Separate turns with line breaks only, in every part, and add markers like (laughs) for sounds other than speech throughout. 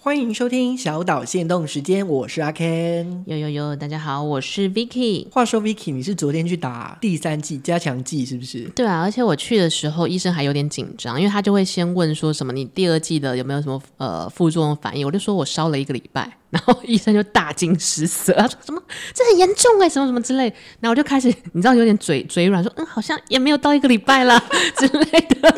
欢迎收听小岛限动时间，我是阿 Ken。
有有有，大家好，我是 Vicky。
话说，Vicky，你是昨天去打第三剂加强剂是不
(laughs)
是？
对啊，而且我去的时候，医生还有点紧张，因为他就会先问说什么你第二季的有没有什么呃副作用反应，我就说我烧了一个礼拜，然后医生就大惊失色， (laughs) 他说什么这很严重哎、什么什么之类，然后我就开始你知道有点嘴嘴软，说嗯好像也没有到一个礼拜啦 (laughs) 之类的。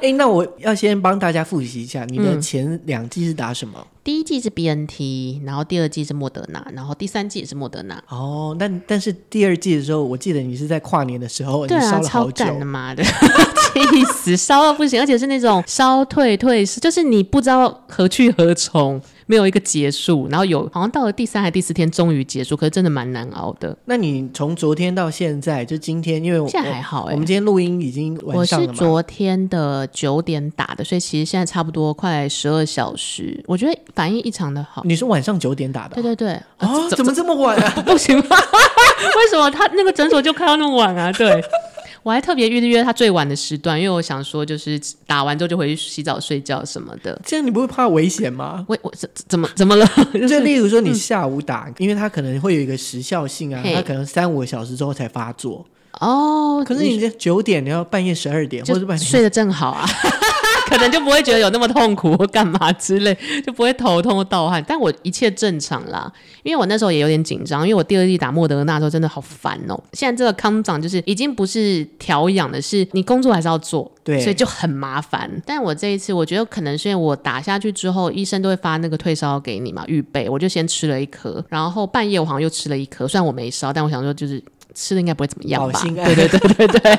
哎，那我要先帮大家复习一下，你的前两剂是打什么？
第一季是 BNT，然后第二季是莫德纳，然后第三季也是莫德纳。
哦，那但是第二剂的时候，我记得你是在跨年的时候，你
对啊，
烧了
超
好久。
赶的妈的， (laughs) 气死，烧到不行，而且是那种烧退退是，就是你不知道何去何从，没有一个结束，然后有好像到了第三还第四天终于结束，可是真的蛮难熬的。
那你从昨天到现在，就今天，因为我
现在还好哎、
我们今天录音已经晚
我
上
是
了嘛，
昨天的九点打的，所以其实现在差不多快十二小时，我觉得反应异常的好。
你是晚上九点打的
对对对，啊
啊、哦？怎么这么晚
(laughs)
啊？
不行吗？为什么他那个诊所就开到那么晚啊？对。我还特别预约他最晚的时段，因为我想说，就是打完之后就回去洗澡、睡觉什么的。
这样你不会怕危险吗？
我我怎怎么怎么了？
(laughs) 就嗯例如说你下午打，因为它可能会有一个时效性啊，
嘿
它可能三五个小时之后才发作。
哦，
可是你这九点，你要半夜十二点或者是
就
(laughs) 半夜，
睡得正好啊， (laughs) 可能就不会觉得有那么痛苦或干嘛之类，就不会头痛盗汗。但我一切正常啦，因为我那时候也有点紧张，因为我第二季打莫德纳的时候真的好烦哦、现在这个康长就是已经不是调养的，是你工作还是要做，
对
所以就很麻烦。但我这一次，我觉得可能是因为我打下去之后，医生都会发那个退烧药给你嘛，预备，我就先吃了一颗，然后半夜我好像又吃了一颗，虽然我没烧，但我想说就是。吃的应该不会怎么样
好
吧？
哦心
(laughs)
安
对对对对对。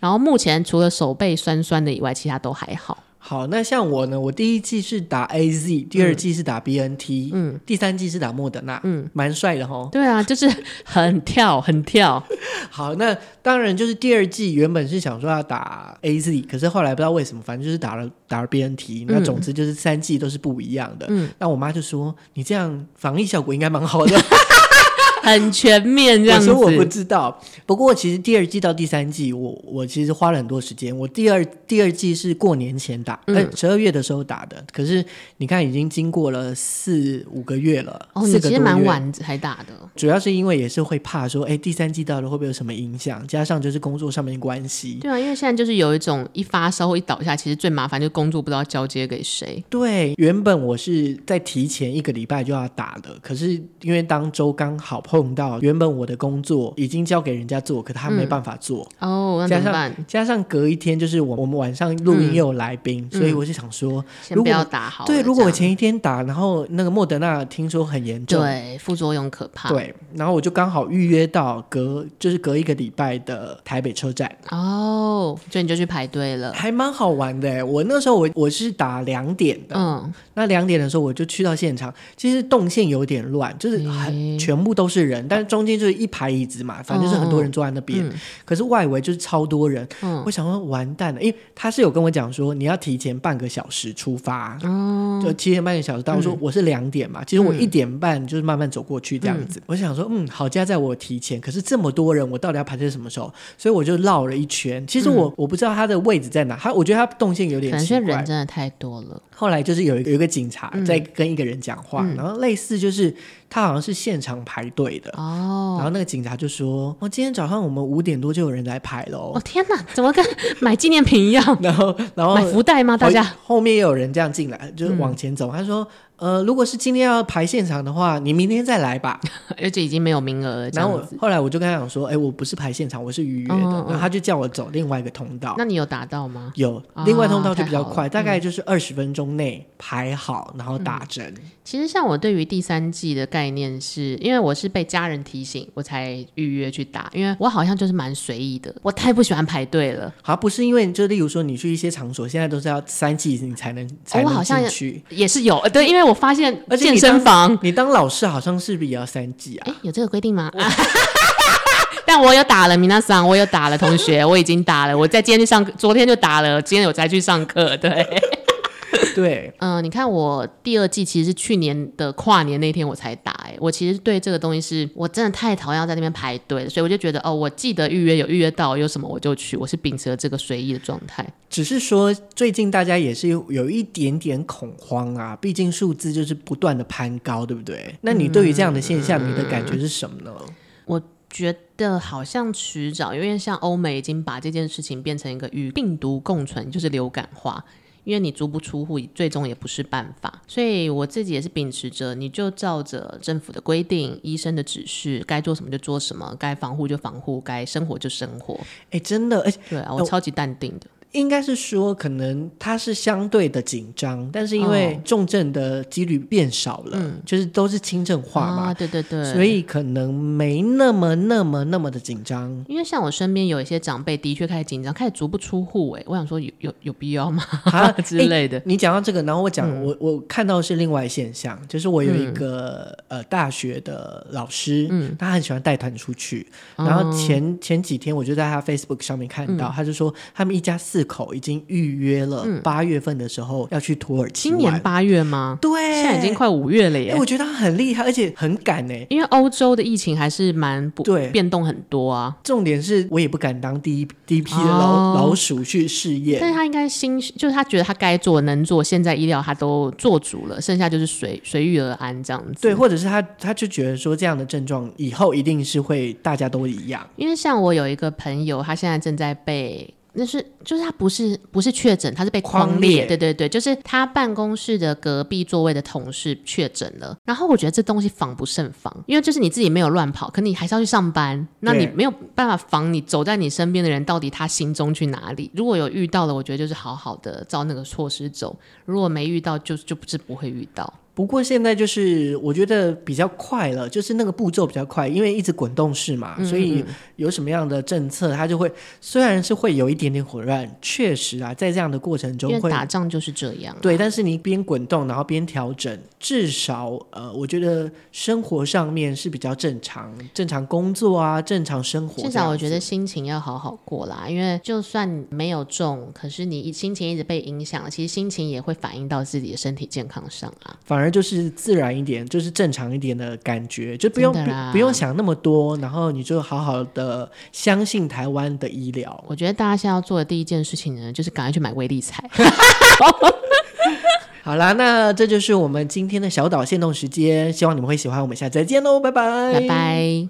然后目前除了手背酸酸的以外，其他都还好。
好，那像我呢，我第一季是打 A Z，第二季是打 B N T，嗯，第三季是打莫德纳，嗯，蛮帅的吼。
对啊，就是很跳很跳，
好，那当然就是第二季原本是想说要打 A Z，可是后来不知道为什么，反正就是打了打了 B N T，那总之就是三季都是不一样的。嗯，那我妈就说你这样防疫效果应该蛮好的，
很全面这样子。
我说我不知道，不过其实第二季到第三季，我我其实花了很多时间。我第二第二季是过年前打，
嗯
呃、十二月的时候打的。可是你看，已经经过了四五个月了，
哦，
四
你
个
其
多
实
月
蛮。晚才打的。
主要是因为也是会怕说，哎，第三季到了会不会有什么影响？加上就是工作上面的关系。
对啊，因为现在就是有一种一发烧或一倒下，其实最麻烦就是工作不知道交接给谁。
对，原本我是在提前一个礼拜就要打的，可是因为当周刚好碰到，原本我的工作已经交给人家做，可他没办法做，
哦，那
加
怎么
上
办？
加上隔一天就是我我们晚上录音又有来宾，所以我就想说，
先
如
不
果
要打嗯好了。
对，如果我
这样
前一天打，然后那个莫德纳听说很严重，
对副作用可怕。
对，然后我就刚好预约到隔就是隔一个礼拜的台北车站，
哦，所以你就去排队了。
还蛮好玩的欸。我那时候我我是打两点的，
嗯，
那两点的时候我就去到现场，其实动线有点乱，就是很、
诶
全部都是人，但是中间就是一排椅子嘛，反正就是很多人坐在那边，可是外围就是超多人，
嗯
我想说完蛋了，因为他是有跟我讲说你要提前半个小时出发，
哦
就七点半个小时到，我说我是两点
嗯
嘛，其实我一点半就是慢慢走过去这样子，我想说嗯好加在我提前，可是这么多人，我到底要排在什么时候？所以我就绕了一圈，其实我、我不知道他的位置在哪，他我觉得他动线有
嗯可
点
能
奇
是
怪
人，真嗯的太多了。
后来就是有一个有一个警察在跟一个人讲话，
嗯
然后类似就是他好像是现场排队的，然
哦。
后那个警察就说：“哦，今天早上我们五点多就有人来排了
哦
哦。
天哪，怎么跟买纪念品一样？
(laughs) 然后，然后
买福袋啊吗？大
后
家嗯
后面也有人这样进来，就是往前走。他说：“呃，如果是今天要排现场的话，你明天再来吧。
而且已经没有名额 (laughs) 了，这
哦然后
样
我
子。
后来我就跟他讲说：“哎，我不是排现场，我是预约的。
嗯嗯嗯
然后他就叫我走另外一个通道。
那你有达到吗？
有
啊
另外通道就比较
太好了嗯
快，大概就是二十分钟内排好，然后打针。
其实像我对于第三季的概念是，因为我是被家人提醒我才预约去打，因为我好像就是蛮随意的，我太不喜欢排队了。
好，不是因为就例如说你去一些场所，现在都是要三季你才能才
哦我
能
好像
进去。
也是有，呃对，因为我发现
而且
健
你
身房，
你当老师好像是不是也要三季啊？
哎，有这个规定吗？ (laughs) 但我有打了，米娜桑，我有打了，同学，我已经打了，我在今天去上，课，昨天就打了，今天有才去上课，对，
对，
嗯、你看我第二季其实是去年的跨年那天我才打、欸，我其实对这个东西是我真的太讨厌要在那边排队了，所以我就觉得哦，我记得预约有预约到，有什么我就去，我是秉持了这个随意的状态。
只是说最近大家也是有有一点点恐慌啊，毕竟数字就是不断的攀高，对不对？那你对于这样的现象，你的感觉是什么呢？
嗯觉得好像迟早，因为像欧美已经把这件事情变成一个与病毒共存，就是流感化。因为你足不出户，最终也不是办法。所以我自己也是秉持着，你就照着政府的规定、医生的指示，该做什么就做什么，该防护就防护，该生活就生活。 (laughs)
哎，真的，而且
对啊，
哦
我超级淡定的。
应该是说，可能它是相对的紧张，但是因为
哦
重症的几率变少了，就是都是轻症化
嗯啊，
嘛，
对对对，
所以可能没那么、那么、那么的紧
(laughs)
张。
因为像我身边有一些长辈的确开始紧张，开始足不出户、欸。哎，我想说有有有必要吗？
啊
(laughs) 之
哎
类的。
你讲到这个，然后我讲、
嗯
我我看到的是另外现象，就是我有一个、呃大学的老师，
嗯
他很喜欢带团出去，
哦
然后前、前几天我就在他 Facebook 上面看到，
嗯
他就说他们一家四口已经预约了八月份的时候要去土耳其
今
玩，
年八月吗？
对，
现在已经快五月了
哎、
耶。
我觉得他很厉害，而且很敢哎、
因为欧洲的疫情还是蛮不
对
变动很多啊，
重点是我也不敢当第一第一批的老、
哦
老鼠去试验
但，是他应该心就是他觉得他该做的能做，现在医疗他都做足了，剩下就是随随遇而安这样子。
对，，或者是他他就觉得说这样的症状以后一定是会大家都一样。
因为像我有一个朋友，他现在正在被。那是就是他不是不是确诊，他是被
框
框
列
列。对对对，就是他办公室的隔壁座位的同事确诊了。然后我觉得这东西防不胜防，因为就是你自己没有乱跑，可你还是要去上班，那
对
你没有办法防你走在你身边的人到底他心中去哪里。如果有遇到了，我觉得就是好好的照那个措施走；如果没遇到，就就不是不会遇到。
不过现在就是我觉得比较快了，就是那个步骤比较快，因为一直滚动式嘛，
嗯
所以有什么样的政策，它就会虽然是会有一点点混乱，确实啊，在这样的过程
因
中
为
会
打仗就是这样、啊。
对，但是你边滚动，然后边调整，至少呃，我觉得生活上面是比较正常，正常工作啊，正常生活这样
至
子。
少我觉得心情要好好过啦，因为就算没有中，可是你一心情一直被影响，其实心情也会反映到自己的身体健康上啊。
反而就是自然一点，就是正常一点的感觉，就不用
真
不
的啦
不用想那么多，然后你就好好的相信台湾的医疗。
我觉得大家现在要做的第一件事情呢，就是赶快去买威力彩。
(laughs) 好啦，那这就是我们今天的小岛限动时间，希望你们会喜欢，我们下次再见喽，拜拜，
拜拜。